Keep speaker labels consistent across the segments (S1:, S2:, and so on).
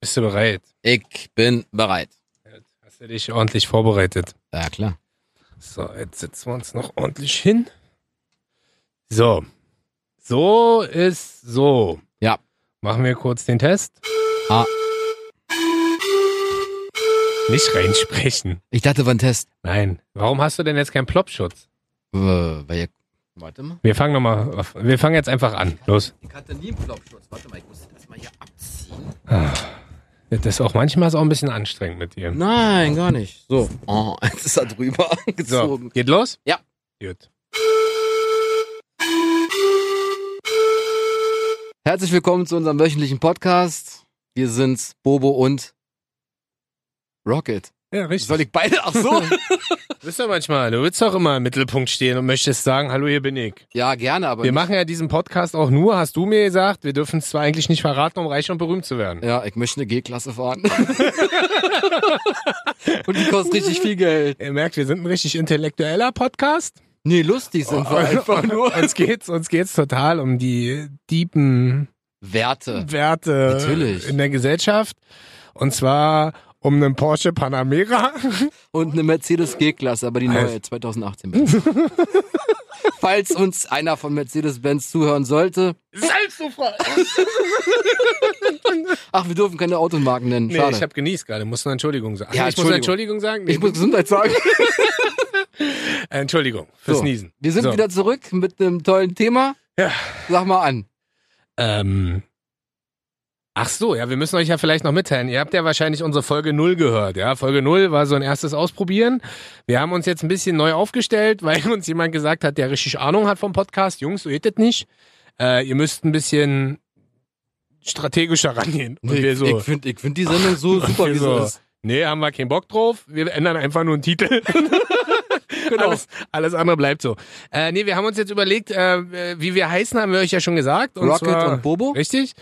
S1: Bist du bereit?
S2: Ich bin bereit.
S1: Hast du dich ordentlich vorbereitet?
S2: Ja, klar.
S1: So, jetzt setzen wir uns noch ordentlich hin. So. So ist so.
S2: Ja.
S1: Machen wir kurz den Test.
S2: Ah.
S1: Nicht reinsprechen.
S2: Ich dachte, war ein Test.
S1: Nein. Warum hast du denn jetzt keinen Plopschutz?
S2: Äh, weil ihr, warte mal.
S1: Wir fangen nochmal, auf- wir fangen jetzt einfach an. Los.
S2: Ich hatte nie einen Flopschutz. Warte mal, ich musste das mal hier abziehen.
S1: Das ist auch manchmal ist auch ein bisschen anstrengend mit dir.
S2: Nein, gar nicht. So. Oh, jetzt ist er drüber
S1: So,
S2: gezogen.
S1: geht los?
S2: Ja.
S1: Gut.
S2: Herzlich willkommen zu unserem wöchentlichen Podcast. Wir sind Bobo und Rocket.
S1: Ja, richtig.
S2: Soll ich beide? Ach so.
S1: Du bist ja manchmal, du willst doch immer im Mittelpunkt stehen und möchtest sagen, hallo, hier bin ich.
S2: ja, gerne, aber.
S1: Wir machen ja diesen Podcast auch nur, hast du mir gesagt, wir dürfen es zwar eigentlich nicht verraten, um reich und berühmt zu werden.
S2: ja, ich möchte eine G-Klasse fahren. und die kostet richtig viel Geld.
S1: Ihr merkt, wir sind ein richtig intellektueller Podcast.
S2: Nee, lustig sind wir Oh, einfach nur.
S1: Uns geht's, uns geht's total um die tiefen
S2: Werte.
S1: Werte
S2: Natürlich.
S1: in der Gesellschaft. Und zwar um einen Porsche Panamera.
S2: Und eine Mercedes G-Klasse, aber die neue 2018-Benz. Falls uns einer von Mercedes-Benz zuhören sollte.
S1: Selbst so frei.
S2: Ach, wir dürfen keine Automarken nennen.
S1: Nee,
S2: Schade.
S1: ich habe genießt gerade. Muss eine Entschuldigung sagen. Ach,
S2: Ja,
S1: ich muss eine Entschuldigung sagen. Nee,
S2: ich muss Gesundheit sagen.
S1: äh, Entschuldigung fürs
S2: So,
S1: Niesen.
S2: Wir sind
S1: so.
S2: wieder zurück mit einem tollen Thema.
S1: Ja.
S2: Sag mal an.
S1: Ähm. Ach so, ja, wir müssen euch ja vielleicht noch mitteilen. Ihr habt ja wahrscheinlich unsere Folge 0 gehört, ja. Folge 0 war so ein erstes Ausprobieren. Wir haben uns jetzt ein bisschen neu aufgestellt, weil uns jemand gesagt hat, der richtig Ahnung hat vom Podcast. Jungs, so geht das nicht. Äh, ihr müsst ein bisschen strategischer rangehen. Und wir so,
S2: ich finde ich find die Sendung so super,
S1: wir
S2: wie
S1: so,
S2: sie ist.
S1: nee, haben wir keinen Bock drauf. Wir ändern einfach nur einen Titel.
S2: Genau.
S1: Alles, alles andere bleibt so. Äh, nee, wir haben uns jetzt überlegt, äh, wie wir heißen, haben wir euch ja schon gesagt. Und
S2: Rocket
S1: zwar,
S2: und Bobo?
S1: Richtig.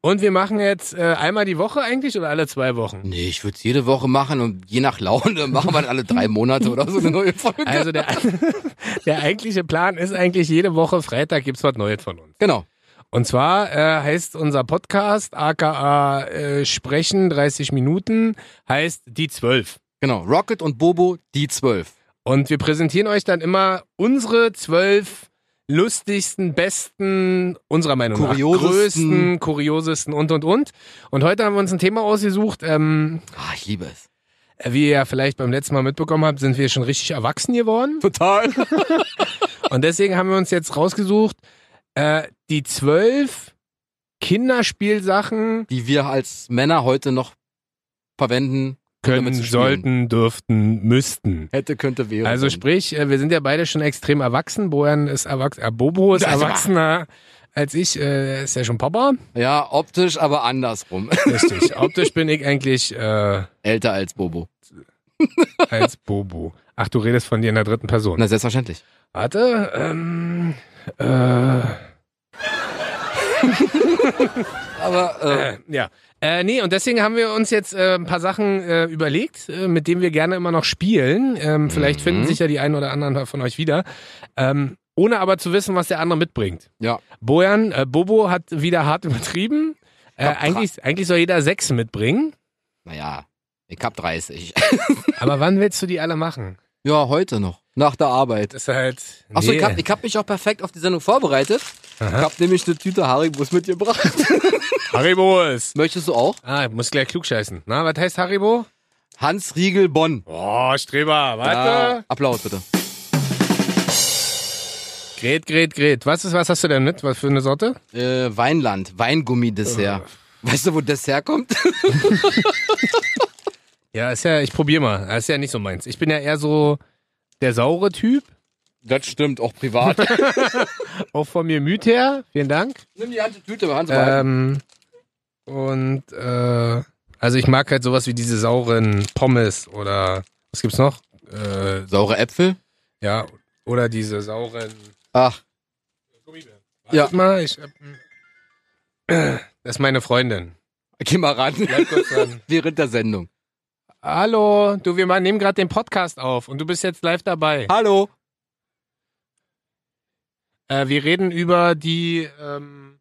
S1: Und wir machen jetzt äh, einmal die Woche eigentlich oder alle zwei Wochen?
S2: Nee, ich würde es jede Woche machen und je nach Laune machen wir dann alle drei Monate oder so eine neue Folge.
S1: Also der, der eigentliche Plan ist eigentlich jede Woche Freitag gibt's was Neues von uns.
S2: genau.
S1: Und zwar äh, heißt unser Podcast aka äh, Sprechen 30 Minuten heißt die 12.
S2: Genau. Rocket und Bobo, die zwölf.
S1: Und wir präsentieren euch dann immer unsere zwölf lustigsten, besten, unserer Meinung nach
S2: Kuriosesten.
S1: größten, kuriosesten und und und. Und heute haben wir uns ein Thema ausgesucht. Ähm,
S2: Ah, ich liebe es.
S1: wie ihr ja vielleicht beim letzten Mal mitbekommen habt, sind wir schon richtig erwachsen geworden.
S2: Total.
S1: Und deswegen haben wir uns jetzt rausgesucht, äh, die zwölf Kinderspielsachen
S2: Die wir als Männer heute noch verwenden,
S1: können,
S2: Damit zu spielen.
S1: sollten, dürften, müssten.
S2: hätte, könnte, wäre.
S1: Also sprich, äh, wir sind ja beide schon extrem erwachsen. Bojan ist erwachsen, äh, Bobo ist
S2: Das war-
S1: erwachsener als ich, äh, ist ja schon Papa.
S2: Ja, optisch, aber andersrum.
S1: Richtig. Optisch bin ich eigentlich äh,
S2: Älter als Bobo.
S1: als Bobo. Ach, du redest von dir in der dritten Person.
S2: Na, selbstverständlich.
S1: Warte, ähm, äh,
S2: Aber äh,
S1: äh, ja. Äh, nee, und deswegen haben wir uns jetzt äh, ein paar Sachen äh, überlegt, äh, mit denen wir gerne immer noch spielen. Ähm, vielleicht
S2: Mhm.
S1: finden sich ja die einen oder anderen von euch wieder. Ähm, ohne aber zu wissen, was der andere mitbringt.
S2: ja,
S1: Bojan, äh, Bobo hat wieder hart übertrieben. Äh,
S2: Hab drei-
S1: eigentlich, eigentlich soll jeder sechs mitbringen.
S2: naja, ich hab 30.
S1: Aber wann willst du die alle machen?
S2: Ja, heute noch. Nach der Arbeit.
S1: Das ist halt.
S2: Achso,
S1: nee.
S2: ich hab, ich hab mich auch perfekt auf die Sendung vorbereitet.
S1: Aha.
S2: Ich hab nämlich eine Tüte Haribos mitgebracht.
S1: Haribo ist.
S2: Möchtest du auch?
S1: Ah, ich muss gleich klugscheißen. Na, was heißt Haribo?
S2: Hans Riegel Bonn.
S1: Oh, Streber,
S2: Ja, Applaus bitte.
S1: Gret, Gret, Gret. Was ist, was hast du denn mit? Was für eine Sorte?
S2: Äh, Weinland, Weingummi-Dessert.
S1: Äh.
S2: Weißt du, wo Dessert kommt?
S1: Ja, ist ja, ich probier mal. Das ist ja nicht so meins. Ich bin ja eher so der saure Typ.
S2: Das stimmt, auch privat.
S1: Auch von mir Müd her. Vielen Dank.
S2: Nimm die ganze Tüte, Hans. behalten.
S1: Ähm, und, äh, also ich mag halt sowas wie diese sauren Pommes oder, was gibt's noch? Äh,
S2: Saure Äpfel?
S1: ja, oder diese sauren
S2: Ach,
S1: Gummibären.
S2: Ja.
S1: Wartet mal, ich hab, das ist meine Freundin.
S2: geh mal ran.
S1: Bleib kurz dran.
S2: Während der Sendung.
S1: Hallo, du, wir mal- nehmen gerade den Podcast auf und du bist jetzt live dabei.
S2: Hallo.
S1: Äh, wir reden über die ähm,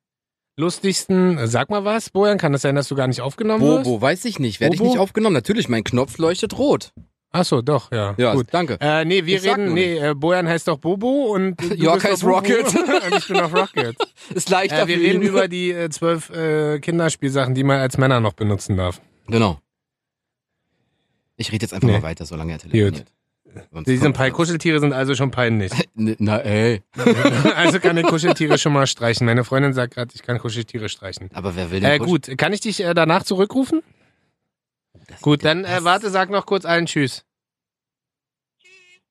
S1: lustigsten, sag mal was, Bojan, kann das sein, dass du gar nicht aufgenommen wirst?
S2: Bobo, weiß ich nicht. Werde ich
S1: Bobo?
S2: nicht aufgenommen? Natürlich, mein Knopf leuchtet rot.
S1: Ach so, doch, ja.
S2: Ja, also
S1: gut.
S2: danke.
S1: Äh, nee, wir
S2: Ich sag
S1: reden,
S2: nur
S1: nee, äh, Bojan heißt doch Bobo und du
S2: York
S1: bist doch
S2: heißt
S1: Bobo.
S2: Rocket.
S1: und ich bin auch Rocket.
S2: Ist leichter
S1: Äh, wir
S2: für
S1: reden
S2: ihn.
S1: über die äh, zwölf äh, Kinderspielsachen, die man als Männer noch benutzen darf.
S2: Genau. Ich rede jetzt einfach
S1: Nee.
S2: mal weiter, solange er telefoniert. Sonst
S1: Sie sind
S2: kommt-
S1: Pein, Kuscheltiere sind also schon peinlich.
S2: N- Na ey.
S1: also kann ich Kuscheltiere schon mal streichen. Meine Freundin sagt gerade, ich kann Kuscheltiere streichen.
S2: Aber wer will denn
S1: Äh,
S2: Kusch-
S1: gut, kann ich dich äh, danach zurückrufen?
S2: Das-
S1: Gut, dann äh,
S2: das-
S1: warte, sag noch kurz allen Tschüss.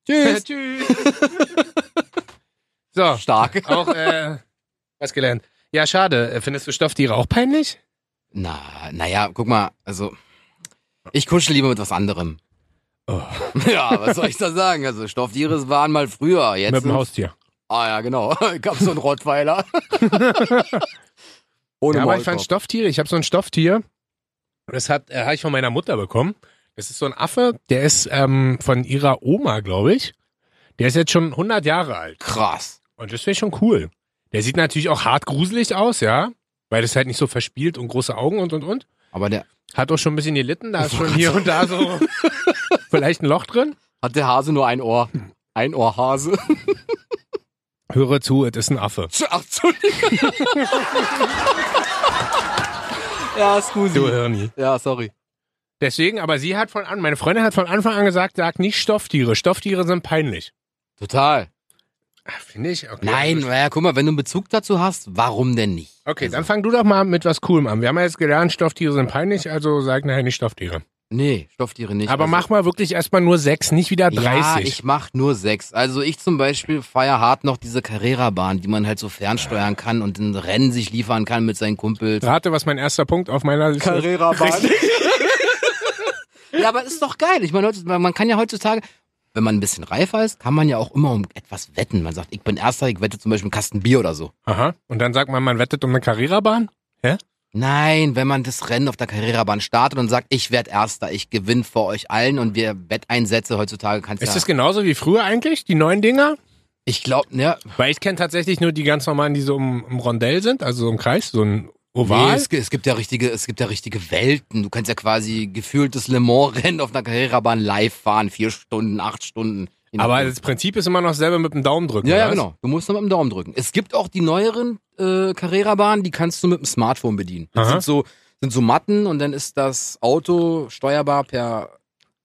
S2: Tschüss.
S1: Tschüss. so,
S2: Stark.
S1: auch äh, was gelernt. Ja, schade. Äh, Findest du Stofftiere auch peinlich?
S2: Na, naja, guck mal, also ich kuschel lieber mit was anderem.
S1: Oh.
S2: Ja, was soll ich da sagen? Also Stofftiere waren mal früher, jetzt
S1: Mit dem
S2: sind-
S1: Haustier.
S2: Ah ja, genau. Gab so einen Rottweiler. Ohne
S1: Ja, aber ich
S2: Maulkorb.
S1: fand Stofftiere, ich habe so ein Stofftier, das hat, äh, habe ich von meiner Mutter bekommen. Das ist so ein Affe, der ist ähm, von ihrer Oma, glaube ich. Der ist jetzt schon 100 Jahre alt.
S2: krass.
S1: Und das finde ich schon cool. Der sieht natürlich auch hart gruselig aus, ja. Weil das halt nicht so verspielt und große Augen und und und.
S2: Aber der
S1: Hat auch schon ein bisschen gelitten, da ist schon hier und da so vielleicht ein Loch drin.
S2: hat der Hase nur ein Ohr. Ein Ohrhase.
S1: Höre zu, es ist ein Affe.
S2: Ach, Entschuldigung. ja, scusi.
S1: Du Hirni.
S2: Ja, sorry.
S1: Deswegen, aber sie hat von an, meine Freundin hat von Anfang an gesagt, sag nicht Stofftiere. Stofftiere sind peinlich.
S2: Total.
S1: Ach, Finde ich, okay. also,
S2: Nein, naja, guck mal, wenn du einen Bezug dazu hast, warum denn nicht?
S1: Okay,
S2: also,
S1: dann fang du doch mal mit was Coolem an. Wir haben ja jetzt gelernt, Stofftiere sind peinlich, also sag nachher nicht Stofftiere.
S2: Nee, Stofftiere nicht.
S1: Aber
S2: also,
S1: mach mal wirklich erstmal nur sechs, nicht wieder
S2: Ja,
S1: 30.
S2: ich mach nur sechs. Also ich zum Beispiel feier hart noch diese Carrera-Bahn, die man halt so fernsteuern kann und in Rennen sich liefern kann mit seinen Kumpels.
S1: Rate, was mein erster Punkt auf meiner Liste ist.
S2: Carrera-Bahn. ja, aber ist doch geil. Ich meine, heutzutage- man kann ja heutzutage, wenn man ein bisschen reifer ist, kann man ja auch immer um etwas wetten. Man sagt, ich bin Erster, ich wette zum Beispiel einen Kasten Bier oder so.
S1: Aha. Und dann sagt man, man wettet um eine Carrera-Bahn?
S2: Nein, wenn man das Rennen auf der Carrera-Bahn startet und sagt, ich werd Erster, ich gewinne vor euch allen und wir Wetteinsätze heutzutage kannst
S1: Ist
S2: ja.
S1: das genauso wie früher eigentlich, die neuen Dinger?
S2: Ich glaube, ne,
S1: Weil ich kenne tatsächlich nur die ganz normalen, die so im, im Rondell sind, also so im Kreis, so ein Oval.
S2: Nee, es, gi- es gibt ja richtige, es gibt ja richtige Welten. Du kannst ja quasi gefühltes Le Mans-Rennen auf einer Carrera-Bahn live fahren, vier Stunden, acht Stunden. Je
S1: aber
S2: nachdem.
S1: das Prinzip ist immer noch selber mit dem Daumen drücken.
S2: ja, ja,
S1: oder was?
S2: genau. Du musst noch mit dem Daumen drücken. Es gibt auch die neueren äh, Carrera-Bahnen, die kannst du mit dem Smartphone bedienen. Das
S1: Aha.
S2: sind so, sind so Matten und dann ist das Auto steuerbar per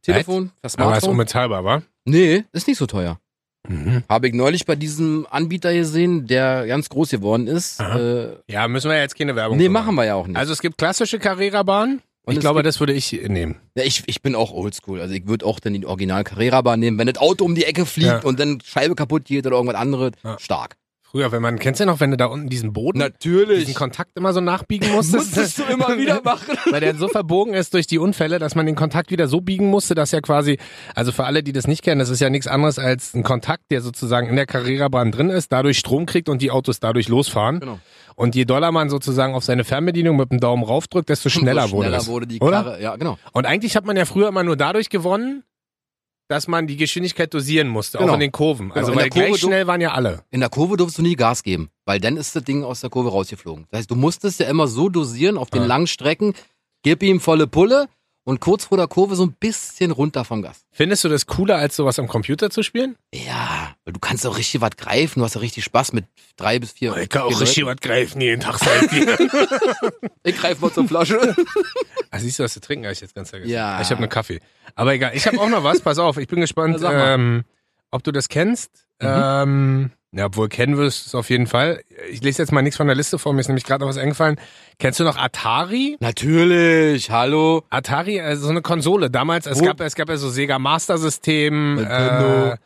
S2: Telefon, per
S1: Aber ist
S2: Smartphone.
S1: unbezahlbar, wa?
S2: nee, ist nicht so teuer.
S1: Mhm.
S2: Habe ich neulich bei diesem Anbieter gesehen, der ganz groß geworden ist.
S1: Aha.
S2: Äh,
S1: Ja, müssen wir ja jetzt keine Werbung
S2: nee,
S1: für
S2: machen wir ja auch nicht.
S1: Also es gibt klassische Carrera-Bahnen.
S2: Und
S1: Ich
S2: es
S1: glaube, das würde ich äh, nehmen.
S2: Ja, ich, ich bin auch oldschool. Also ich würde auch dann die Original Carrera-Bahn nehmen, wenn das Auto um die Ecke fliegt
S1: Ja.
S2: und dann Scheibe kaputt geht oder irgendwas anderes.
S1: Ja.
S2: Stark.
S1: Früher, wenn man, kennst du noch, wenn du da unten diesen Boden, diesen
S2: Natürlich.
S1: Kontakt immer so nachbiegen musstest?
S2: Musstest du immer wieder machen.
S1: Weil der so verbogen ist durch die Unfälle, dass man den Kontakt wieder so biegen musste, dass ja quasi, also für alle, die das nicht kennen, das ist ja nichts anderes als ein Kontakt, der sozusagen in der Carrera-Bahn drin ist, dadurch Strom kriegt und die Autos dadurch losfahren.
S2: Genau.
S1: Und je doller man sozusagen auf seine Fernbedienung mit dem Daumen raufdrückt, desto schneller,
S2: Umso
S1: wurde
S2: schneller
S1: es.
S2: die
S1: oder?
S2: Karre. Ja, genau.
S1: Und eigentlich hat man ja früher immer nur dadurch gewonnen, dass man die Geschwindigkeit dosieren musste, auch
S2: Genau.
S1: in den Kurven. Also
S2: In der
S1: weil
S2: Kurve
S1: gleich
S2: du-
S1: schnell waren ja alle.
S2: In der Kurve durfst du nie Gas geben, weil dann ist das Ding aus der Kurve rausgeflogen. Das heißt, du musstest ja immer so dosieren auf den
S1: Ja.
S2: langen Strecken, gib ihm volle Pulle und kurz vor der Kurve so ein bisschen runter vom Gas.
S1: Findest du das cooler, als sowas am Computer zu spielen?
S2: Ja, weil du kannst auch richtig was greifen, du hast ja richtig Spaß mit drei bis vier.
S1: Oh, Ich kann
S2: vier
S1: auch richtig
S2: Leuten.
S1: was greifen jeden Tag seit dir.
S2: Ich greife mal zur Flasche.
S1: Ah, siehst du, was zu trinken habe ich jetzt ganz vergessen.
S2: Ja.
S1: Ich habe nur Kaffee. Aber egal, ich habe auch noch was. Pass auf, ich bin gespannt,
S2: Na, sag mal.
S1: ähm, ob du das kennst.
S2: Mhm.
S1: Ähm, ja, obwohl kennen wirst du es auf jeden Fall. Ich lese jetzt mal nichts von der Liste vor, mir ist nämlich gerade noch was eingefallen. Kennst du noch Atari?
S2: Natürlich, hallo.
S1: Atari, also so eine Konsole. Damals, es
S2: Wo-
S1: gab, es gab ja so Sega Master System. Äh,
S2: Nintendo.
S1: äh,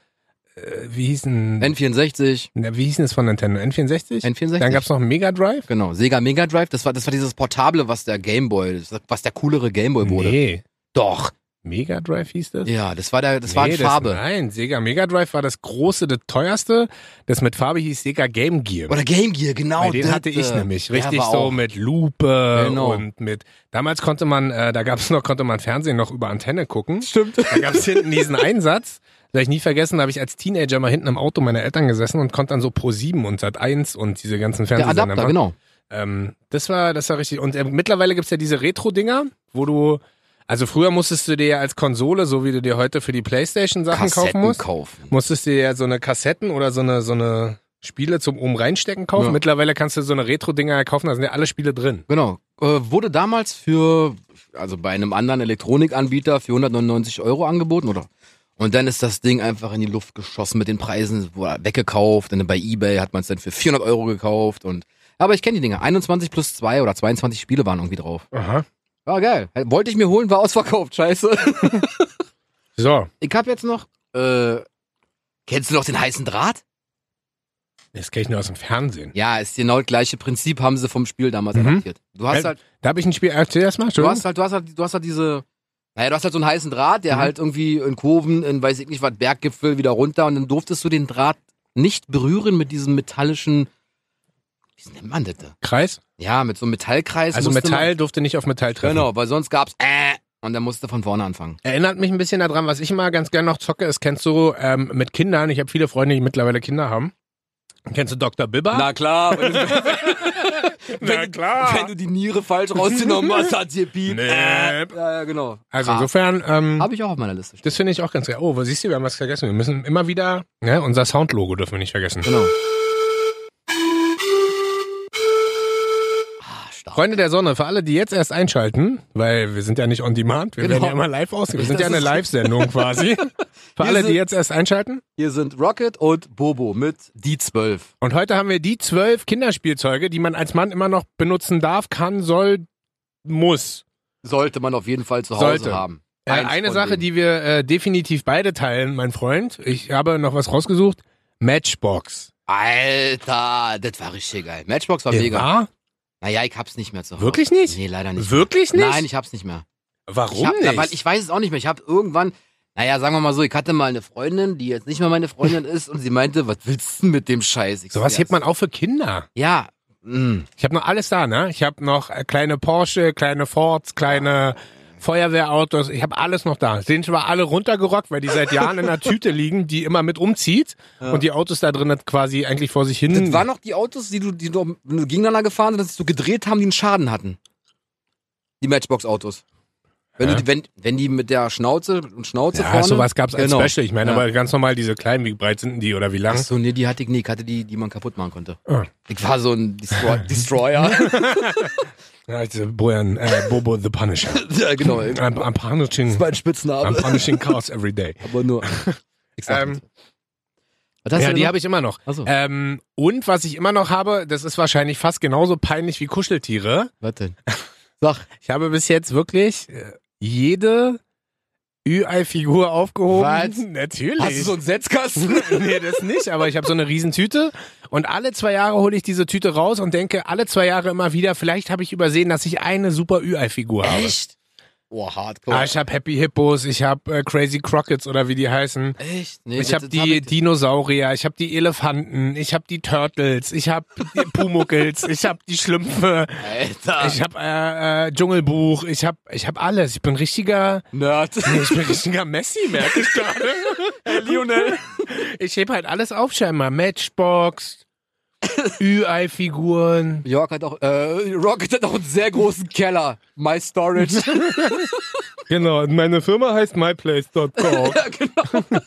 S1: wie hießen,
S2: N64,
S1: na, wie hießen es von Nintendo? N64?
S2: N64.
S1: Dann gab's noch einen Mega Drive?
S2: genau, Sega Mega Drive, das war, das war dieses Portable, was der Gameboy, das- was der coolere Gameboy wurde.
S1: Nee.
S2: Doch.
S1: Mega Drive hieß das?
S2: Ja, das war der, das war in
S1: Das,
S2: Farbe.
S1: nein, Sega Mega Drive war das große, das teuerste. Das mit Farbe hieß Sega Game Gear.
S2: Oder Game Gear, genau.
S1: Bei den
S2: das,
S1: hatte ich
S2: äh,
S1: nämlich.
S2: der
S1: Richtig
S2: war
S1: so
S2: auch-
S1: mit Lupe
S2: Genau.
S1: und mit. Damals konnte man, äh, da gab's noch, konnte man Fernsehen noch über Antenne gucken.
S2: Stimmt.
S1: Da gab's hinten diesen Einsatz. Das werd ich nie vergessen, da habe ich als Teenager mal hinten im Auto meiner Eltern gesessen und konnte dann so Pro 7 und Sat 1 und diese ganzen
S2: Der
S1: Fernsehsender.
S2: Adapter,
S1: machen.
S2: genau.
S1: Ähm, das war, das war richtig. Und äh, mittlerweile gibt's ja diese Retro-Dinger, wo du, also früher musstest du dir ja als Konsole, so wie du dir heute für die Playstation Sachen kaufen musst,
S2: kaufen.
S1: musstest du dir ja so eine Kassetten oder so eine, so eine Spiele zum oben reinstecken kaufen.
S2: Ja.
S1: Mittlerweile kannst du so eine Retro-Dinger ja kaufen, da sind ja alle Spiele drin.
S2: Genau. Äh, wurde damals für, also bei einem anderen Elektronikanbieter für 199 Euro angeboten, oder? Und dann ist das Ding einfach in die Luft geschossen mit den Preisen, wurde weggekauft. Und bei Ebay hat man es dann für 400 Euro gekauft. Und aber ich kenne die Dinge. 21 plus 2 oder 22 Spiele waren irgendwie drauf.
S1: Aha.
S2: War geil. Wollte ich mir holen, war ausverkauft. Scheiße.
S1: So.
S2: Ich habe jetzt noch. Äh, kennst du noch den heißen Draht?
S1: Das kenne ich nur aus dem Fernsehen.
S2: Ja, ist genau das gleiche Prinzip, haben sie vom Spiel damals
S1: Mhm.
S2: adaptiert. Du hast
S1: Ja,
S2: halt,
S1: Da habe ich ein Spiel, erzähl erst mal,
S2: du
S1: Entschuldigung.
S2: hast halt, du hast halt, du hast halt diese. Naja, du hast halt so einen heißen Draht, der
S1: Mhm.
S2: halt irgendwie in Kurven, in weiß ich nicht was, Berggipfel wieder runter und dann durftest du den Draht nicht berühren mit diesem metallischen. Wie nennt man das da?
S1: Kreis.
S2: Ja, mit so einem Metallkreis.
S1: Also
S2: musste
S1: Metall durfte nicht auf Metall
S2: Man,
S1: treffen.
S2: genau, weil sonst gab's äh, und dann musst du von vorne anfangen.
S1: Erinnert mich ein bisschen daran, was ich mal ganz gerne noch zocke, ist, kennst du ähm, mit Kindern, ich habe viele Freunde, die mittlerweile Kinder haben. Kennst du Dr. Bibber?
S2: klar, wenn du,
S1: Na klar.
S2: wenn du die Niere falsch rausgenommen hast, hat sie piept.
S1: Nee.
S2: Äh, ja, ja, genau.
S1: also
S2: Ah,
S1: insofern, ähm,
S2: Habe ich auch auf meiner Liste. stehen.
S1: das finde ich auch ganz geil. Oh, was siehst du, wir haben was vergessen. Wir müssen immer wieder, ne, unser Soundlogo dürfen wir nicht vergessen.
S2: Genau. Ah, stark.
S1: Freunde der Sonne, für alle, die jetzt erst einschalten, weil wir sind ja nicht on demand, wir
S2: Genau.
S1: werden ja immer live aus. Wir sind
S2: Das
S1: ja eine
S2: ist-
S1: Live-Sendung quasi. Für
S2: Wir
S1: alle, die
S2: sind-
S1: jetzt erst einschalten.
S2: Hier sind Rocket und Bobo mit die 12.
S1: Und heute haben wir die zwölf Kinderspielzeuge, die man als Mann immer noch benutzen darf, kann, soll, muss.
S2: Sollte man auf jeden Fall zu Hause
S1: Sollte.
S2: haben.
S1: Äh,
S2: Eins
S1: eine
S2: von
S1: Sache,
S2: denen.
S1: die wir äh, definitiv beide teilen, mein Freund. Ich habe noch was rausgesucht. Matchbox.
S2: Alter, das war richtig geil. Matchbox war mega.
S1: War?
S2: Naja, ich hab's nicht mehr zu Hause.
S1: Wirklich nicht?
S2: Nee, leider nicht.
S1: Wirklich nicht?
S2: Nein, ich hab's nicht mehr.
S1: Warum
S2: ich hab,
S1: nicht?
S2: Weil ich weiß es auch nicht mehr. Ich habe irgendwann, naja, sagen wir mal so, ich hatte mal eine Freundin, die jetzt nicht mehr meine Freundin ist und sie meinte, was willst du denn mit dem Scheiß? Ich so,
S1: Sowas
S2: ja,
S1: hebt man auch für Kinder.
S2: Ja. mm.
S1: Ich habe noch alles da, ne? Ich habe noch äh, kleine Porsche, kleine Fords, kleine Feuerwehrautos. Ich habe alles noch da. Sind zwar alle runtergerockt, weil die seit Jahren in einer Tüte liegen, die immer mit umzieht und die Autos da drin quasi eigentlich vor sich hin.
S2: Das waren noch die Autos, die du, die du wenn du gegeneinander gefahren sind, dass sie so gedreht haben, die einen Schaden hatten. Die Matchbox-Autos. Wenn, du
S1: Hä?
S2: die, wenn, wenn die mit der Schnauze und Schnauze
S1: ja,
S2: vorne.
S1: sowas gab's als
S2: Genau.
S1: Special. Ich meine,
S2: Ja.
S1: aber ganz normal diese kleinen, wie breit sind denn die oder wie lang?
S2: Achso, nee, die hatte ich nie. Ich hatte die, die man kaputt machen konnte.
S1: Ah.
S2: Ich war so ein Destroy Destroyer.
S1: Ja, diese Bojan, äh, Bobo the Punisher.
S2: ja, genau. Das
S1: I'm, I'm punishing,
S2: war ein
S1: I'm
S2: Spitzname.
S1: punishing cars every day.
S2: Aber nur. Ich sag
S1: Ähm,
S2: nichts. Was hast
S1: ja,
S2: du
S1: die
S2: denn
S1: habe ich immer noch.
S2: noch? Achso,
S1: Ähm, und was ich immer noch habe, das ist wahrscheinlich fast genauso peinlich wie Kuscheltiere.
S2: was denn? Sag,
S1: Ich habe bis jetzt wirklich äh, jede Ü-Ei-Figur aufgehoben.
S2: Was?
S1: Natürlich.
S2: hast du so einen Setzkasten?
S1: nee, das nicht, aber ich habe so eine Riesentüte und alle zwei Jahre hole ich diese Tüte raus und denke alle zwei Jahre immer wieder, vielleicht habe ich übersehen, dass ich eine super Ü-Ei-Figur habe.
S2: Echt? Boah, hardcore.
S1: Ah, ich habe Happy Hippos, ich habe äh, Crazy Crockets oder wie die heißen.
S2: Echt? Nee,
S1: Ich
S2: das-
S1: habe
S2: das hab
S1: die Dinosaurier, ich habe die Elefanten, ich habe die Turtles, ich habe die Pumuckels, ich habe die Schlümpfe,
S2: Alter.
S1: ich habe äh, äh, Dschungelbuch, ich habe ich hab alles. Ich bin richtiger
S2: Nerd.
S1: Nee, ich bin richtiger Messi, merke ich gerade.
S2: Lionel.
S1: Ich heb halt alles auf scheinbar. Matchbox, Ü-Ei-Figuren.
S2: York hat auch, äh, Rocket hat auch einen sehr großen Keller. My Storage.
S1: Genau, und meine Firma heißt myplace.com.
S2: ja, genau.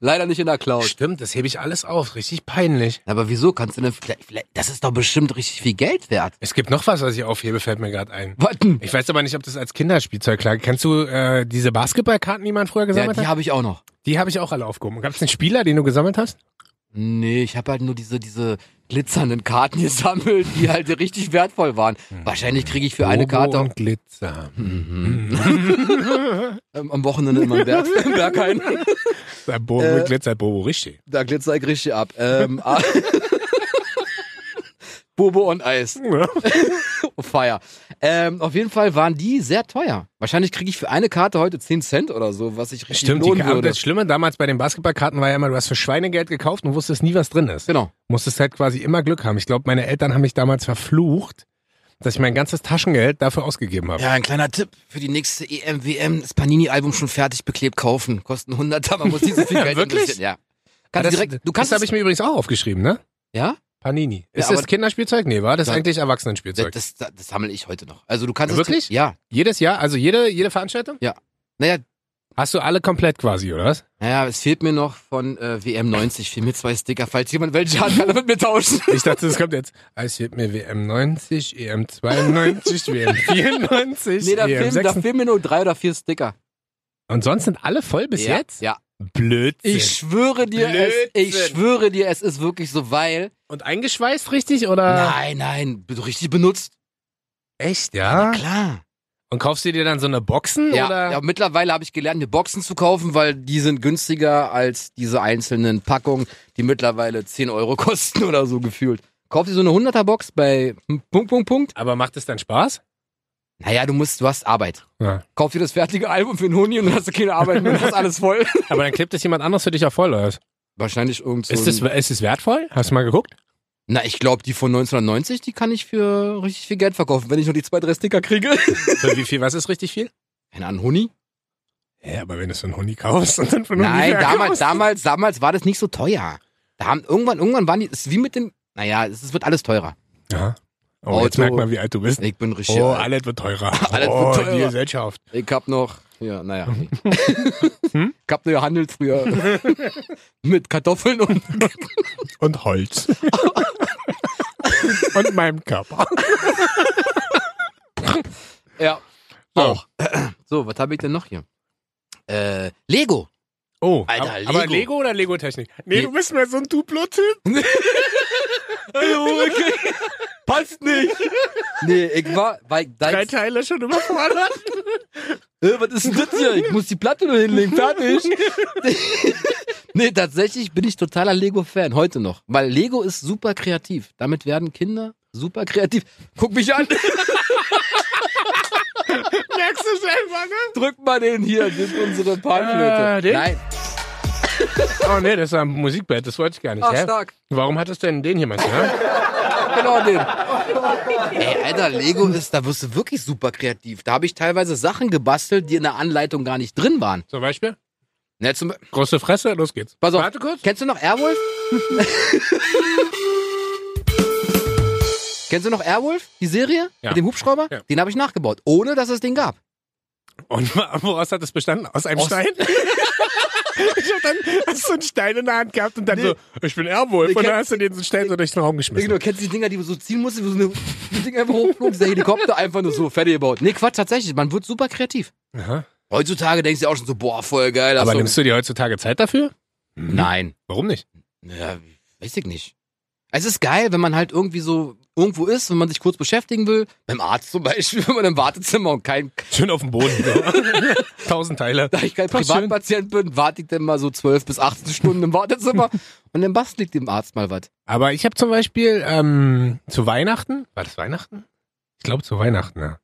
S2: Leider nicht in der Cloud.
S1: Stimmt, das hebe ich alles auf. Richtig peinlich.
S2: Aber wieso kannst du denn, vielleicht, vielleicht, das ist doch bestimmt richtig viel Geld wert.
S1: Es gibt noch was, was ich aufhebe, fällt mir gerade ein.
S2: Warten.
S1: Ich weiß aber nicht, ob das als Kinderspielzeug klar. Kennst du äh, diese Basketballkarten, die man früher
S2: Ja,
S1: gesammelt
S2: die
S1: hat?
S2: habe ich auch noch.
S1: Die habe ich auch alle aufgehoben. Gab es einen Spieler, den du gesammelt hast?
S2: Nee, ich habe halt nur diese, diese glitzernden Karten gesammelt, die halt richtig wertvoll waren. Wahrscheinlich kriege ich für eine
S1: Bobo
S2: Karte
S1: und Glitzer.
S2: am am Wochenende immer einen Berg, einen Berg ein.
S1: Bobo
S2: Äh,
S1: und Glitzer, Bobo, richtig.
S2: Da glitzer ich richtig ab. Ähm, ah- Bobo und Eis.
S1: Ja.
S2: Fire. Ähm, auf jeden Fall waren die sehr teuer. Wahrscheinlich kriege ich für eine Karte heute 10 Cent oder so, was ich richtig
S1: Stimmt, die,
S2: lohnen
S1: Karte-
S2: würde.
S1: das Schlimme damals bei den Basketballkarten war ja immer, du hast für Schweinegeld gekauft und wusstest nie, was drin ist.
S2: Genau.
S1: Musstest halt quasi immer Glück haben. Ich glaube, meine Eltern haben mich damals verflucht, dass ich mein ganzes Taschengeld dafür ausgegeben habe.
S2: Ja, ein kleiner Tipp für die nächste E EMWM. Das Panini-Album schon fertig beklebt kaufen. Kosten 100, aber man muss nicht so viel Geld
S1: Wirklich?
S2: investieren. Ja. Kannst
S1: das,
S2: direkt, du kannst
S1: das habe ich mir übrigens auch aufgeschrieben, ne?
S2: ja?
S1: Panini.
S2: Ja,
S1: Ist
S2: aber-
S1: das Kinderspielzeug? Nee, war das
S2: Nein.
S1: eigentlich
S2: Das,
S1: Erwachsenenspielzeug?
S2: das, das, das sammle ich heute noch. Also du kannst
S1: Ja,
S2: es-
S1: wirklich?
S2: Ja.
S1: Jedes Jahr, also jede, jede Veranstaltung?
S2: Naja,
S1: Hast du alle komplett quasi, oder was?
S2: naja, es fehlt mir noch von äh, WM90, fehlen mir zwei Sticker, falls jemand welche hat, kann er mit mir tauschen.
S1: Ich dachte, es kommt jetzt. Ah, Es wird mir WM 90, EM 92, WM 94,
S2: Nee, da
S1: EM
S2: fehlen, da
S1: 96.
S2: fehlen mir nur drei oder vier Sticker.
S1: E Und sonst sind alle voll bis
S2: ja,
S1: jetzt?
S2: Ja.
S1: Blödsinn.
S2: Ich schwöre dir, es, ich
S1: Blödsinn.
S2: schwöre dir, es ist wirklich so, weil.
S1: Und eingeschweißt richtig oder?
S2: Nein, nein, so richtig benutzt.
S1: Echt, ja?
S2: Klar.
S1: Und kaufst du dir dann so eine Boxen
S2: Ja,
S1: oder?
S2: ja, mittlerweile habe ich gelernt, mir Boxen zu kaufen, weil die sind günstiger als diese einzelnen Packungen, die mittlerweile 10 Euro kosten oder so gefühlt. Kauf dir so eine 100er Box bei hm, Punkt, Punkt, Punkt.
S1: Aber macht es dann Spaß?
S2: Naja, du musst, du hast Arbeit.
S1: Ja.
S2: Kauf dir das fertige Album für einen Huni und dann hast du keine Arbeit mehr, dann ist alles voll.
S1: Aber dann klebt es jemand anderes für dich auch voll, oder? was?
S2: Wahrscheinlich irgend so
S1: ist, es,
S2: ein-
S1: ist es wertvoll? Hast du mal geguckt?
S2: Na, ich glaube, die von 1990, die kann ich für richtig viel Geld verkaufen, wenn ich noch die zwei, drei Sticker kriege.
S1: Für wie viel? Was ist richtig viel?
S2: Keine Ahnung, Huni?
S1: Ja, aber wenn du so einen Huni kaufst und dann von einem
S2: Nein,
S1: Huni
S2: damals,
S1: verkaufst.
S2: damals, damals war das nicht so teuer. Da haben irgendwann, irgendwann waren die, es ist wie mit dem, naja, es wird alles teurer.
S1: Ja. Oh, jetzt
S2: Auto.
S1: merkt man, wie alt du bist.
S2: Ich bin richtig.
S1: Oh,
S2: alt.
S1: alles wird teurer.
S2: Alles wird
S1: oh, die
S2: teurer.
S1: Gesellschaft.
S2: Ich hab noch. Ja, naja.
S1: Hm?
S2: Ich hab nur gehandelt früher. Mit Kartoffeln und.
S1: Und Holz. und meinem Körper.
S2: Ja.
S1: So.
S2: Auch. So, was habe ich denn noch hier? Äh, Lego.
S1: Oh,
S2: Alter,
S1: ab-
S2: Lego.
S1: aber Lego oder Lego-Technik? Nee,
S2: Nee.
S1: du bist mehr so ein Duplo-Typ.
S2: Hallo, okay. Passt nicht. Nee, ich war. Weil, da
S1: Drei
S2: jetzt,
S1: Teile schon überfordert.
S2: äh, was ist denn das hier? Ich muss die Platte nur hinlegen. Fertig. nee, tatsächlich bin ich totaler Lego-Fan. Heute noch. Weil Lego ist super kreativ. Damit werden Kinder super kreativ. Guck mich an.
S1: Merkst du selber, ne?
S2: Drück mal den hier, das ist unsere Panflöte.
S1: Äh, den?
S2: Nein,
S1: Oh, nee, das war ein Musikbett. Das wollte ich gar nicht.
S2: ach
S1: hä?
S2: stark.
S1: Warum hattest du denn den hier, meinst du? ne?
S2: Genau den. Ey, Alter, Lego ist, da wirst du wirklich super kreativ. Da habe ich teilweise Sachen gebastelt, die in der Anleitung gar nicht drin waren.
S1: Zum Beispiel?
S2: Na, zum,
S1: Große Fresse, los geht's.
S2: pass auf,
S1: Warte kurz.
S2: kennst du noch Airwolf? kennst du noch Airwolf, die Serie
S1: Ja.
S2: mit dem Hubschrauber?
S1: Ja.
S2: Den habe ich nachgebaut, ohne dass es den gab.
S1: Und wa- woraus hat das bestanden? Aus einem
S2: Aus-
S1: Stein? ich hab dann hast du einen Stein in der Hand gehabt und dann
S2: Nee.
S1: so, ich bin Erwolf.
S2: Ich
S1: und dann
S2: kenn-
S1: hast du den so einen Stein so durch den Raum
S2: Ja,
S1: geschmissen.
S2: genau, kennst du die Dinger, die du so ziehen musst, wo so eine die Dinger einfach hochflog, der Helikopter einfach nur so fertig gebaut. Nee, Quatsch, tatsächlich, man wird super kreativ.
S1: Aha.
S2: Heutzutage denkst du auch schon so, boah, voll geil.
S1: Aber
S2: so.
S1: nimmst du dir heutzutage Zeit dafür?
S2: Nein.
S1: Warum nicht?
S2: Ja, weiß ich nicht. Es ist geil, wenn man halt irgendwie so irgendwo ist, wenn man sich kurz beschäftigen will. Beim Arzt zum Beispiel, wenn man im Wartezimmer und kein,
S1: Schön auf dem Boden. So. Tausend Teile.
S2: da ich kein
S1: Ach, schön.
S2: Privatpatient bin, warte ich dann mal so 12 bis 18 Stunden im Wartezimmer und dann bastelt dem Arzt mal was.
S1: Aber ich habe zum Beispiel ähm, zu Weihnachten, war das Weihnachten? Ich glaube zu Weihnachten, ja.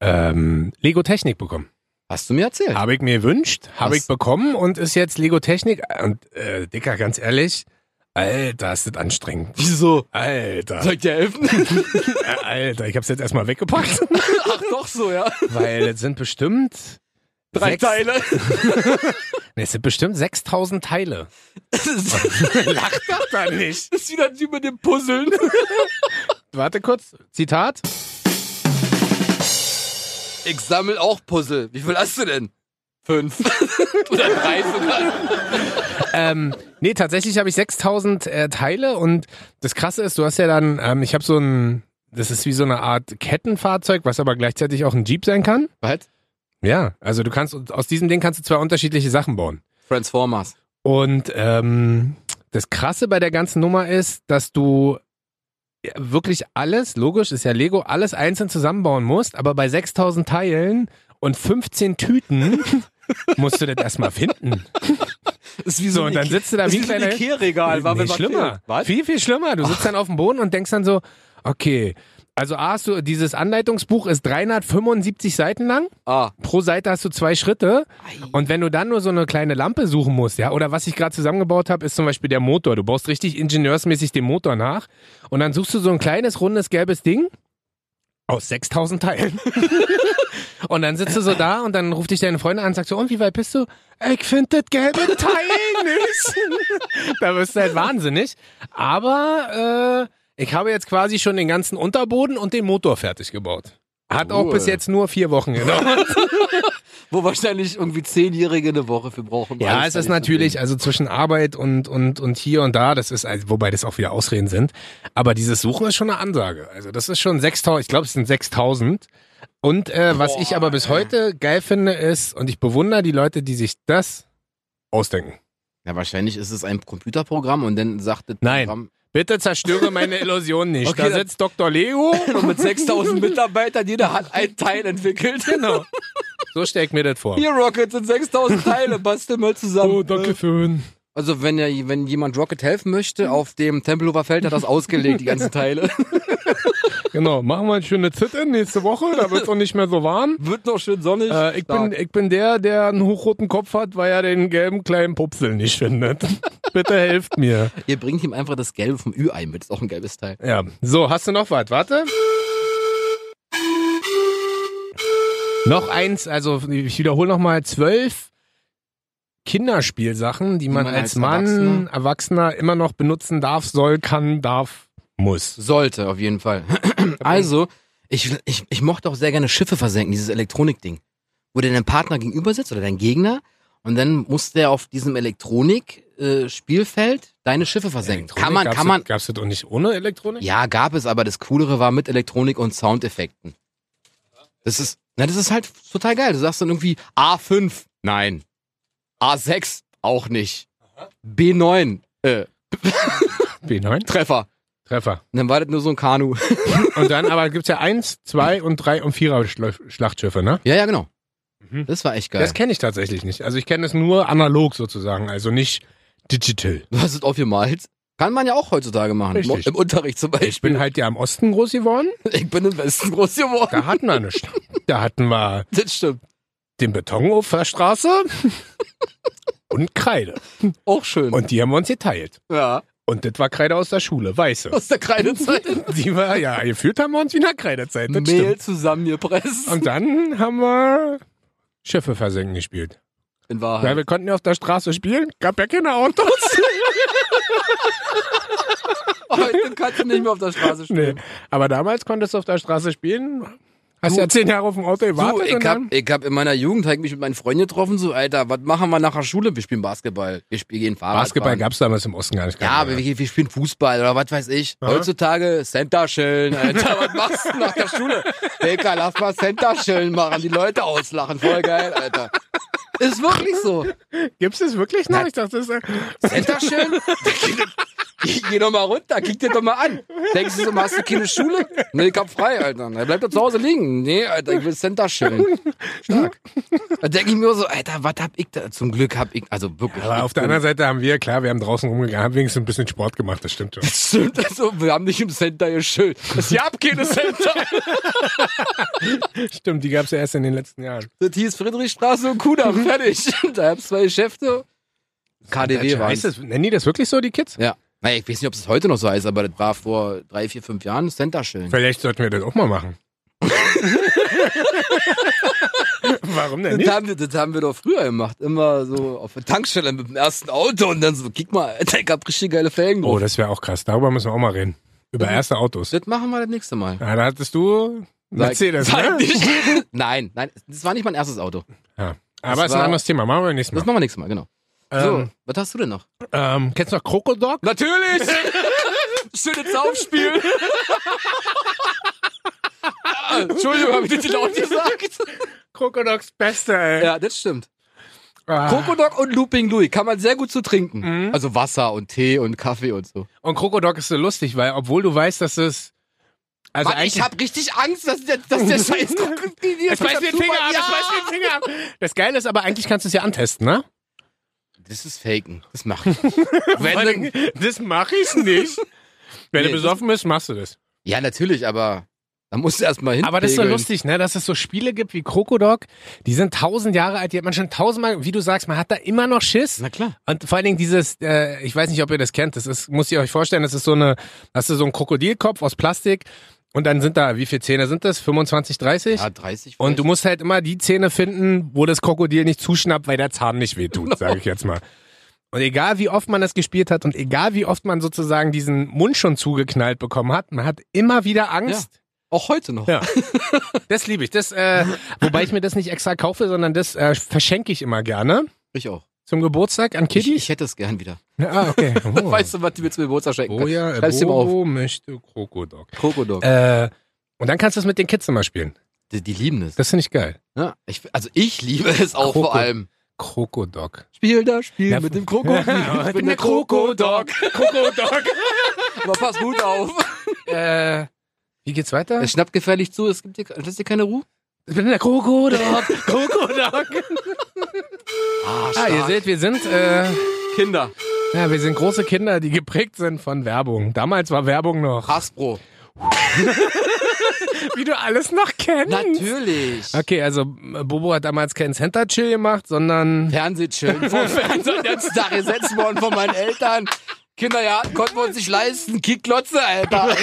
S1: Ähm, Lego Technik bekommen.
S2: Hast du mir erzählt?
S1: Habe ich mir gewünscht, habe
S2: Was?
S1: ich bekommen und ist jetzt Lego Technik. Und äh, Dicker, ganz ehrlich, Alter, ist das anstrengend.
S2: Wieso?
S1: Alter,
S2: Soll ich dir helfen?
S1: äh, Alter, ich hab's jetzt erstmal weggepackt,
S2: Ach doch so, ja.
S1: weil es sind bestimmt
S2: Drei
S1: sechs,
S2: Teile.
S1: Nee, es sind bestimmt 6000 Teile.
S2: Das ist,
S1: Lach doch da nicht.
S2: das ist wieder ein Typ mit dem Puzzeln.
S1: Warte kurz, Zitat.
S2: Ich sammel auch Puzzle. Wie viel hast du denn? Fünf. Oder drei sogar.
S1: ähm, nee, tatsächlich habe ich 6000 äh, Teile und das Krasse ist, du hast ja dann, ähm, ich habe so ein, das ist wie so eine Art Kettenfahrzeug, was aber gleichzeitig auch ein Jeep sein kann.
S2: Was?
S1: Ja, also du kannst, aus diesem Ding kannst du zwei unterschiedliche Sachen bauen.
S2: Transformers.
S1: Und ähm, das Krasse bei der ganzen Nummer ist, dass du ja, wirklich alles, logisch ist ja Lego, alles einzeln zusammenbauen musst, aber bei 6000 Teilen und 15 Tüten musst du das erstmal finden.
S2: Ist wie
S1: So, und dann sitzt du da wie ein kleiner...
S2: Ikea-Regal.
S1: Nee, schlimmer. Viel, viel schlimmer. Du sitzt dann auf dem Boden und denkst dann so, okay, also A, hast du, dieses Anleitungsbuch ist 375 Seiten lang.
S2: Ah.
S1: Pro Seite hast du zwei Schritte. Und wenn du dann nur so eine kleine Lampe suchen musst, ja, oder was ich gerade zusammengebaut habe, ist zum Beispiel der Motor. Du baust richtig ingenieursmäßig den Motor nach. Und dann suchst du so ein kleines, rundes, gelbes Ding. Aus 6000 Teilen. und dann sitzt du so da und dann ruft dich deine Freundin an und sagt so, und wie weit bist du? Ich finde das gelbe Teil nicht. da wirst du halt wahnsinnig. Aber äh, ich habe jetzt quasi schon den ganzen Unterboden und den Motor fertig gebaut. Hat auch
S2: Cool.
S1: bis jetzt nur vier Wochen gedauert.
S2: Wo wahrscheinlich irgendwie Zehnjährige eine Woche für brauchen. um
S1: ja, es
S2: alles
S1: ist
S2: fertig zu
S1: natürlich,
S2: kriegen.
S1: also zwischen Arbeit und, und, und hier und da, das ist, also, wobei das auch wieder Ausreden sind. Aber dieses Suchen ist schon eine Ansage. Also das ist schon 6000, ich glaube es sind 6000. Und äh, was ich aber bis heute geil finde ist, und ich bewundere die Leute, die sich das ausdenken.
S2: Ja, wahrscheinlich ist es ein Computerprogramm und dann sagt das
S1: Nein.
S2: Programm.
S1: Bitte zerstöre meine Illusion nicht.
S2: Okay,
S1: da
S2: dann-
S1: sitzt Dr. Leo.
S2: Und mit 6000 Mitarbeitern, jeder hat ein Teil entwickelt.
S1: genau. So stelle ich mir das vor.
S2: Hier, Rocket, sind 6000 Teile, bastel mal zusammen.
S1: Oh, schön.
S2: Also, wenn, ja, wenn jemand Rocket helfen möchte, auf dem Tempelhofer Feld hat das ausgelegt, die ganzen Teile.
S1: Genau, machen wir ein schönes Sit-In nächste Woche, da wird es auch nicht mehr so warm.
S2: Wird noch schön sonnig.
S1: Äh, ich, bin, ich bin der, der einen hochroten Kopf hat, weil er den gelben kleinen Pupsel nicht findet. Bitte helft mir.
S2: Ihr bringt ihm einfach das Gelbe vom Ü-Ei mit, ist auch ein gelbes Teil.
S1: Ja, so, hast du noch was? Warte. Noch eins, also ich wiederhole nochmal, zwölf Kinderspielsachen, die man,
S2: man
S1: als,
S2: als
S1: Mann, Erwachsener.
S2: Erwachsener-
S1: immer noch benutzen darf, soll, kann, darf, muss.
S2: Sollte, auf jeden Fall. also, ich, ich, ich mochte auch sehr gerne Schiffe versenken, dieses Elektronikding. Wo dir dein Partner gegenüber sitzt oder dein Gegner und dann muss der auf diesem Elektronik-Spielfeld deine Schiffe versenken.
S1: Elektronik,
S2: Kann man,
S1: gab's
S2: kann man.
S1: Das, gab's das auch nicht ohne Elektronik?
S2: Ja, gab es, aber das Coolere war mit Elektronik und Soundeffekten. Das ist, na, das ist halt total geil. Du sagst dann irgendwie A5, nein. A6, auch nicht. B9, äh,
S1: B9?
S2: Treffer.
S1: Treffer.
S2: Und dann war das nur so ein Kanu.
S1: Und dann aber gibt's ja eins, zwei und drei und vierer Schla- Schlachtschiffe, ne?
S2: Ja, ja, genau.
S1: Mhm.
S2: Das war echt geil.
S1: Das kenne ich tatsächlich nicht. Also ich kenne es nur analog sozusagen, also nicht digital.
S2: Du hast es aufgemalt. Kann man ja auch heutzutage machen.
S1: Richtig.
S2: Im Unterricht zum Beispiel.
S1: Ich bin halt ja im Osten groß geworden.
S2: ich bin im Westen groß geworden.
S1: Da hatten wir nichts. Da hatten wir
S2: Das stimmt.
S1: den Beton auf der Straße und Kreide.
S2: Auch schön.
S1: Und die haben wir uns geteilt.
S2: ja.
S1: Und das war Kreide aus der Schule, weiße.
S2: Aus der Kreidezeit.
S1: Die war, ja, gefühlt haben wir uns wie in der Kreidezeit. Das
S2: Mehl
S1: stimmt.
S2: zusammengepresst.
S1: Und dann haben wir Schiffe versenken gespielt.
S2: In
S1: Ja,
S2: Wahrheit.
S1: wir konnten ja auf der Straße spielen, gab ja keine Autos.
S2: Heute kannst du Oh, nicht mehr auf der Straße stehen.
S1: nee. Aber damals konntest du auf der Straße spielen. Hast ja zehn Jahre auf dem Auto
S2: Du,
S1: gewartet.
S2: ich
S1: und
S2: hab,
S1: dann,
S2: ich hab in meiner Jugend hab ich mich mit meinen Freunden getroffen, so, Alter, was machen wir nachher Schule? Wir spielen Basketball. Wir spielen gehen Fahrrad.
S1: Basketball gab's damals im Osten gar nicht.
S2: Ja, aber wir, wir spielen Fußball oder was weiß ich.
S1: Ja.
S2: Heutzutage Centerschellen, Alter, was machst du nach der Schule? Becker, lass mal Centerschellen machen, die Leute auslachen, voll geil, Alter. Ist wirklich so.
S1: Gibt's das wirklich noch?
S2: Na-
S1: Ich dachte, das ist.
S2: Centerschellen? Geh, geh doch mal runter, guck dir doch mal an. Denkst du so, hast du keine Schule? Nee, ich hab frei, Alter. Er bleibt doch zu Hause liegen. Nee, Alter, ich will Centerschellen. Stark. Da denk ich mir so, Alter, was hab ich da? Zum Glück hab ich, also wirklich.
S1: Aber auf der anderen Seite haben wir, klar, wir haben draußen rumgegangen, haben wenigstens ein bisschen Sport gemacht, das stimmt schon.
S2: Stimmt, also, wir haben nicht im Center geschillt. Es gab keine Center.
S1: stimmt, die gab's ja erst in den letzten Jahren.
S2: Das hieß Friedrichstraße und Kudamm, fertig. Da hab zwei Geschäfte. KDW war
S1: heißt das, nennen die das wirklich so, die Kids?
S2: Ja. Naja, ich weiß nicht, ob es heute noch so heißt, aber das war vor drei, vier, fünf Jahren Centerschellen.
S1: Vielleicht sollten wir das auch mal machen. Warum denn
S2: Das
S1: nicht?
S2: haben, wir, das haben wir doch früher gemacht. Immer so auf der Tankstelle mit dem ersten Auto und dann so, guck mal, Alter, ich hab richtig geile Felgen
S1: Oh,
S2: drauf.
S1: das wäre auch krass. Darüber müssen wir auch mal reden. Über erste Autos.
S2: das machen wir das nächste Mal.
S1: Ja, da hattest du
S2: Sag-
S1: Mercedes,
S2: sag
S1: ne?
S2: nicht. Nein, nein, das war nicht mein erstes Auto.
S1: Ja.
S2: Das
S1: Aber ist ein
S2: war-
S1: anderes Thema. Machen wir nächstes Mal.
S2: Das machen wir nächstes Mal, genau.
S1: Ähm,
S2: so, was hast du denn noch?
S1: ähm, kennst du noch Krokodog?
S2: Natürlich! Schönes Aufspiel! Ah, Entschuldigung, habe ich das laut gesagt?
S1: Krokodogs Beste, ey.
S2: Ja, das stimmt.
S1: Ah.
S2: Kokodok und Looping Louis kann man sehr gut zu trinken.
S1: Mhm.
S2: Also Wasser und Tee und Kaffee und so.
S1: Und Krokodog ist so lustig, weil obwohl du weißt, dass es... Also
S2: Mann,
S1: eigentlich
S2: ich habe richtig Angst, dass der, dass der scheiß Krokodil
S1: Es beißt mir den Finger ab, es beißt mir den Finger ab. Das Geile ist aber, eigentlich kannst du es ja antesten, ne?
S2: Das ist Faken. Das mach ich.
S1: Also,
S2: Wenn, dann-
S1: Das mache ich nicht. Wenn
S2: Nee,
S1: du besoffen bist, machst du das.
S2: ja, natürlich, aber da musst du erst mal hin.
S1: Aber das ist so lustig, ne? Dass es so Spiele gibt wie Krokodok, die sind tausend Jahre alt, die hat man schon tausendmal, wie du sagst, man hat da immer noch Schiss.
S2: Na klar.
S1: Und vor allen Dingen dieses, äh, ich weiß nicht, ob ihr das kennt, das ist, muss ihr euch vorstellen, das ist so eine, das ist so ein Krokodilkopf aus Plastik Und dann sind da, wie viele Zähne sind das? 25, 30?
S2: Ja, 30.
S1: Und
S2: vielleicht.
S1: du musst halt immer die Zähne finden, wo das Krokodil nicht zuschnappt, weil der Zahn nicht wehtut,
S2: Genau.
S1: sage ich jetzt mal. Und egal wie oft man das gespielt hat und egal wie oft man sozusagen diesen Mund schon zugeknallt bekommen hat, man hat immer wieder Angst.
S2: auch heute noch.
S1: Ja. Das liebe ich. Das, äh, wobei ich mir das nicht extra kaufe, sondern das äh, verschenke ich immer gerne
S2: Ich auch.
S1: zum Geburtstag an
S2: Ich,
S1: Kitty.
S2: ich hätte es gern wieder.
S1: ah, okay. Oh.
S2: Weißt du, was die mir zum Geburtstag schenken
S1: Boja,
S2: können?
S1: äh,
S2: Schreib's dir mal auf.
S1: Bobo möchte Krokodok.
S2: Krokodok.
S1: Äh, und dann kannst du es mit den Kids immer spielen.
S2: die, die lieben es.
S1: Das finde ich geil.
S2: Ja, ich, also ich liebe es auch
S1: Kroko-
S2: vor allem.
S1: Krokodok.
S2: Spiel das Spiel
S1: Ja,
S2: mit dem Krokodil.
S1: Ja,
S2: ich bin der Krokodok.
S1: Krokodok.
S2: Aber pass gut auf.
S1: äh, wie geht's weiter?
S2: Es schnappt gefährlich zu, es gibt dir, lässt dir keine Ruhe.
S1: Ich bin der Krokodok. Krokodok.
S2: Ah,
S1: ah, ihr seht, wir sind, äh,
S2: Kinder.
S1: ja, wir sind große Kinder, die geprägt sind von Werbung. Damals war Werbung noch.
S2: Hasbro.
S1: Wie du alles noch kennst.
S2: Natürlich.
S1: Okay, also äh, Bobo hat damals keinen Center Chill gemacht, sondern
S2: Fernsehchillen. Vom Fernseher den ganzen Tag gesetzt worden von meinen Eltern. Kinder, ja, konnten wir uns nicht leisten. Kickklotze, Alter.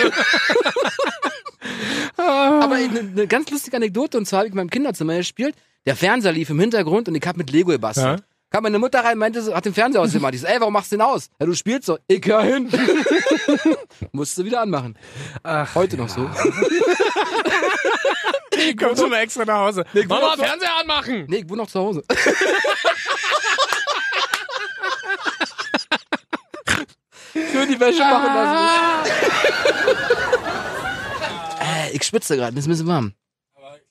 S1: Ah.
S2: Aber eine eine ganz lustige Anekdote, und zwar habe ich in meinem Kinderzimmer gespielt. Der Fernseher lief im Hintergrund und ich habe mit Lego gebastelt.
S1: Ja.
S2: Kam meine Mutter rein, meinte, so, hat den Fernseher ausgemacht. Ich so, ey, warum machst du den aus? Ja, du spielst so. Ich hör hin. Musste wieder anmachen.
S1: Ach,
S2: Heute noch so.
S1: ich komm schon mal extra nach Hause. Mama,
S2: wurde doch-
S1: Fernseher anmachen!
S2: Nee, ich wohne noch zu Hause. Schön die Wäsche machen lassen. Äh, ich schwitze gerade, mir ist ein bisschen warm.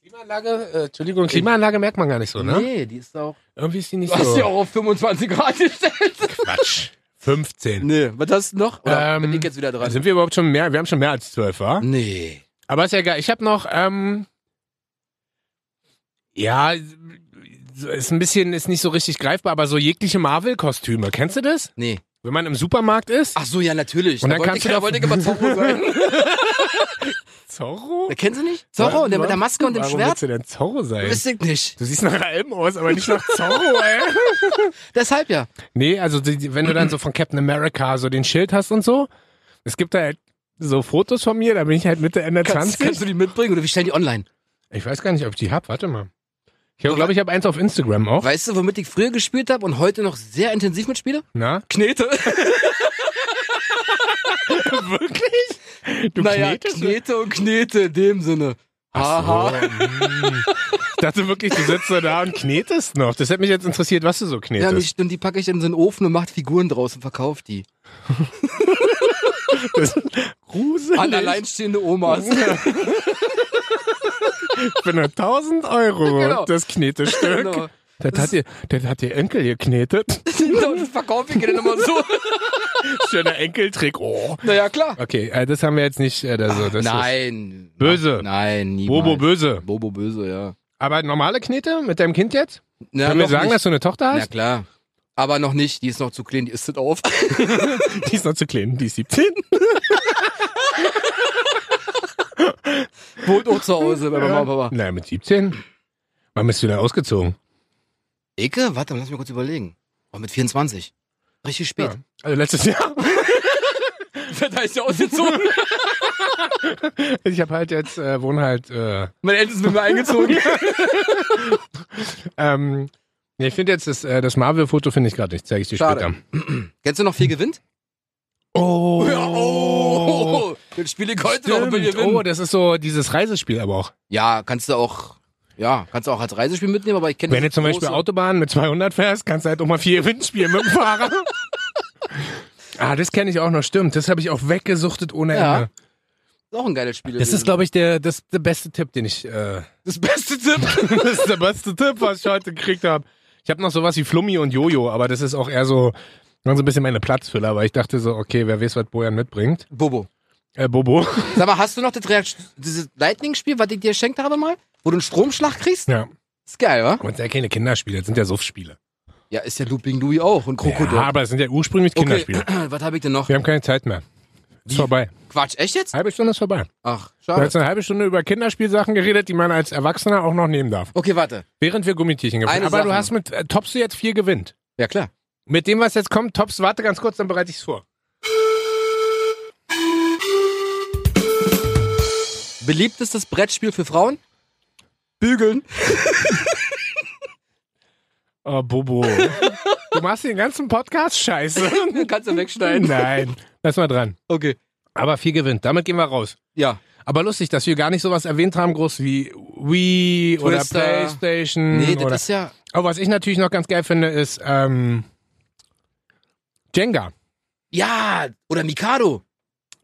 S1: Klimaanlage, äh, Entschuldigung, Klimaanlage merkt man gar nicht so, ne?
S2: Nee, die ist auch.
S1: Irgendwie ist die nicht
S2: Du hast die
S1: so.
S2: auch auf 25 Grad gestellt.
S1: Quatsch. 15.
S2: Nee, was hast du noch? Oder
S1: Ähm,
S2: bin ich jetzt wieder dran?
S1: Sind wir überhaupt schon mehr? Wir haben schon mehr als zwölf, wa?
S2: nee.
S1: Aber ist ja geil. Ich habe noch, ähm, ja, so ist ein bisschen, ist nicht so richtig greifbar, aber so jegliche Marvel-Kostüme. Kennst du das?
S2: Nee.
S1: Wenn man im Supermarkt ist?
S2: Ach so, ja, natürlich.
S1: Und
S2: Da
S1: dann
S2: wollte
S1: kannst
S2: ich,
S1: du
S2: da
S1: doch-
S2: wollte ich immer Zorro sein.
S1: Zorro?
S2: Da kennst du nicht? Zorro, der mit der Maske und dem
S1: Warum willst
S2: Schwert?
S1: du denn Zorro sein?
S2: Wüsste ich nicht.
S1: Du siehst nach Alben aus, aber nicht nach Zorro, ey.
S2: Deshalb ja.
S1: Nee, also die, die, wenn du dann so von Captain America so den Schild hast und so. Es gibt da halt so Fotos von mir, da bin ich halt Mitte, Ende
S2: Kannst,
S1: 20.
S2: kannst du die mitbringen oder wir stellen die online?
S1: Ich weiß gar nicht, ob ich die hab. Warte mal. Ich glaube, ich habe eins auf Instagram auch.
S2: Weißt du, womit ich früher gespielt habe und heute noch sehr intensiv mitspiele?
S1: Na?
S2: Knete.
S1: Wirklich? Du
S2: naja,
S1: knetest?
S2: Knete und Knete in dem Sinne.
S1: Ach
S2: Haha.
S1: so, mm. ich dachte wirklich, du sitzt so da und knetest noch. Das hätte mich jetzt interessiert, was du so
S2: Ja,
S1: knetest.
S2: und die, und die packe ich in so einen Ofen und macht Figuren draus und verkauft die.
S1: das gruselig.
S2: An alleinstehende Omas.
S1: Für nur 1000 Euro
S2: Genau.
S1: das Knetestück.
S2: Genau.
S1: Das hat, ihr, das hat ihr Enkel geknetet.
S2: und verkaufe ich die dann immer so.
S1: Schöner Enkeltrick. Oh.
S2: Naja, klar.
S1: Okay, äh, das haben wir jetzt nicht. Äh, also, das
S2: Nein.
S1: Böse.
S2: Nein,
S1: Ist
S2: niemals.
S1: Bobo böse.
S2: Bobo böse, ja.
S1: Aber normale Knete mit deinem Kind jetzt?
S2: Na,
S1: Können wir
S2: noch
S1: sagen,
S2: nicht.
S1: dass du eine Tochter
S2: Na
S1: hast?
S2: klar. Aber noch nicht, die ist noch zu klein, die isst das auf.
S1: Die ist noch zu klein, die ist 17.
S2: Wohnt auch zu Hause bei Mama und Papa.
S1: Nein, mit 17? Wann bist du denn ausgezogen?
S2: Ecke? Warte, lass mich kurz überlegen. Oh, mit 24. Richtig spät.
S1: Also letztes Jahr.
S2: Da ist ja ausgezogen.
S1: Ich habe halt jetzt, äh, wohne halt, äh,
S2: Meine Eltern sind mit mir eingezogen.
S1: ähm, nee, ich finde jetzt das, äh, das Marvel-Foto finde ich gerade nicht, zeige ich dir
S2: Schade.
S1: später.
S2: Kennst du noch viel gewinnt?
S1: Oh,
S2: Dann oh. spiele ich
S1: Stimmt. oh, das ist so dieses Reisespiel aber auch.
S2: Oh. Ja, kannst du auch, ja, kannst du auch als Reisespiel mitnehmen, aber ich kenne
S1: Wenn du zum Beispiel Autobahn mit 200 fährst, kannst du halt auch mal vier Wind spielen mit dem Fahrer. ah, das kenne ich auch noch, stimmt. Das habe ich auch weggesuchtet ohne
S2: Ja.
S1: Ende.
S2: Ist auch ein geiles Spiel.
S1: Das ist,
S2: gewesen.
S1: glaube ich, der, das, der beste Tipp, den ich, äh,
S2: das beste Tipp.
S1: Das ist der beste Tipp, was ich heute gekriegt habe. Ich habe noch sowas wie Flummi und Jojo, aber das ist auch eher so, waren so ein bisschen meine Platzfüller, weil ich dachte so, okay, wer weiß, was Bojan mitbringt.
S2: Bobo.
S1: Äh, Bobo.
S2: Sag mal, hast du noch das Reakt- dieses Lightning-Spiel, was ich dir geschenkt habe mal? Wo du einen Stromschlag kriegst?
S1: Ja.
S2: Ist geil, wa?
S1: Und das sind ja keine Kinderspiele, das sind ja Suff-Spiele.
S2: Ja, ist ja Looping Louis auch und Krokodil.
S1: Ja, aber es sind ja ursprünglich
S2: okay,
S1: Kinderspiele.
S2: was habe ich denn noch?
S1: Wir haben keine Zeit mehr. Ist vorbei.
S2: Quatsch, echt jetzt?
S1: Halbe Stunde ist vorbei. Wir
S2: Ach,
S1: haben
S2: schade.
S1: jetzt eine halbe Stunde über Kinderspielsachen geredet, die man als Erwachsener auch noch nehmen darf.
S2: Okay, warte.
S1: Während wir Gummitierchen gefunden
S2: Eine
S1: Aber du
S2: Sache
S1: hast mit äh, Tops jetzt vier gewinnt.
S2: Ja, klar.
S1: Mit dem, was jetzt kommt, Tops, warte ganz kurz, dann bereite ich es vor.
S2: Beliebtestes Brettspiel für Frauen? Bügeln. Ah,
S1: Oh, Bobo. Du machst den ganzen Podcast scheiße.
S2: Kannst du wegschneiden.
S1: Nein. Lass mal dran.
S2: Okay.
S1: Aber viel gewinnt. Damit gehen wir raus.
S2: Ja.
S1: Aber lustig, dass wir gar nicht sowas erwähnt haben, groß wie Wii oder
S2: Twister.
S1: Playstation.
S2: Nee,
S1: Hm, oder
S2: das ist ja.
S1: Aber was ich natürlich noch ganz geil finde, ist ähm, Jenga.
S2: Ja, oder Mikado.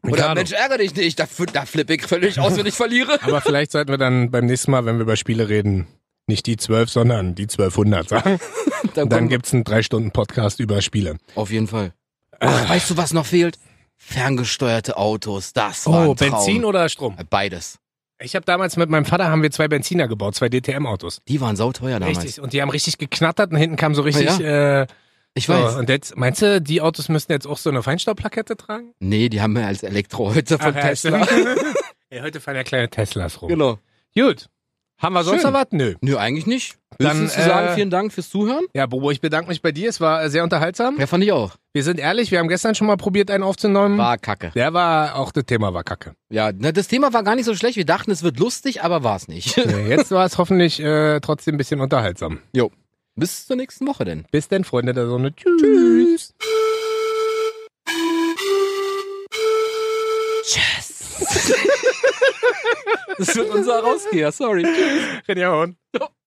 S2: Oder
S1: Mikado.
S2: Mensch, ärgere dich nicht. Da, fl- da flippe ich völlig aus, wenn ich verliere.
S1: Aber vielleicht sollten wir dann beim nächsten Mal, wenn wir über Spiele reden, nicht die 12, sondern die 1200 sagen.
S2: Dann,
S1: Dann gibt's einen 3-Stunden-Podcast über Spiele.
S2: Auf jeden Fall. Ach, weißt du, was noch fehlt? Ferngesteuerte Autos. Das war ein Traum.
S1: Oh,
S2: Äh,
S1: Benzin oder Strom?
S2: Beides.
S1: Ich habe damals mit meinem Vater haben wir zwei Benziner gebaut, zwei DTM-Autos.
S2: Die waren sauteuer damals.
S1: Richtig. Und die haben richtig geknattert und hinten kam so richtig. Äh,
S2: Ich
S1: so.
S2: weiß.
S1: Und jetzt meinst du, die Autos müssten jetzt auch so eine Feinstaubplakette tragen?
S2: Nee, die haben wir als Elektro heute von
S1: Ach, ja,
S2: Tesla.
S1: stimmt. Ey, heute fahren ja kleine Teslas rum.
S2: genau.
S1: Gut. Haben wir sonst
S2: Schön.
S1: noch was? Nö.
S2: Nö, eigentlich nicht.
S1: Dann,
S2: Höchstens zu sagen,
S1: äh,
S2: vielen Dank fürs Zuhören.
S1: Ja, Bobo, ich bedanke mich bei dir. Es war äh, sehr unterhaltsam.
S2: Ja, fand ich auch.
S1: Wir sind ehrlich, wir haben gestern schon mal probiert, einen aufzunehmen.
S2: War kacke.
S1: Der war, auch das Thema war kacke.
S2: Ja, na, das Thema war gar nicht so schlecht. Wir dachten, es wird lustig, aber war es nicht.
S1: Äh, Jetzt war es hoffentlich äh, trotzdem ein bisschen unterhaltsam.
S2: Bis zur nächsten Woche denn.
S1: Bis denn, Freunde der Sonne. Tschüss.
S2: Das wird unser Rausgeher, sorry.
S1: Tschüss. Renjaun.
S2: Ja.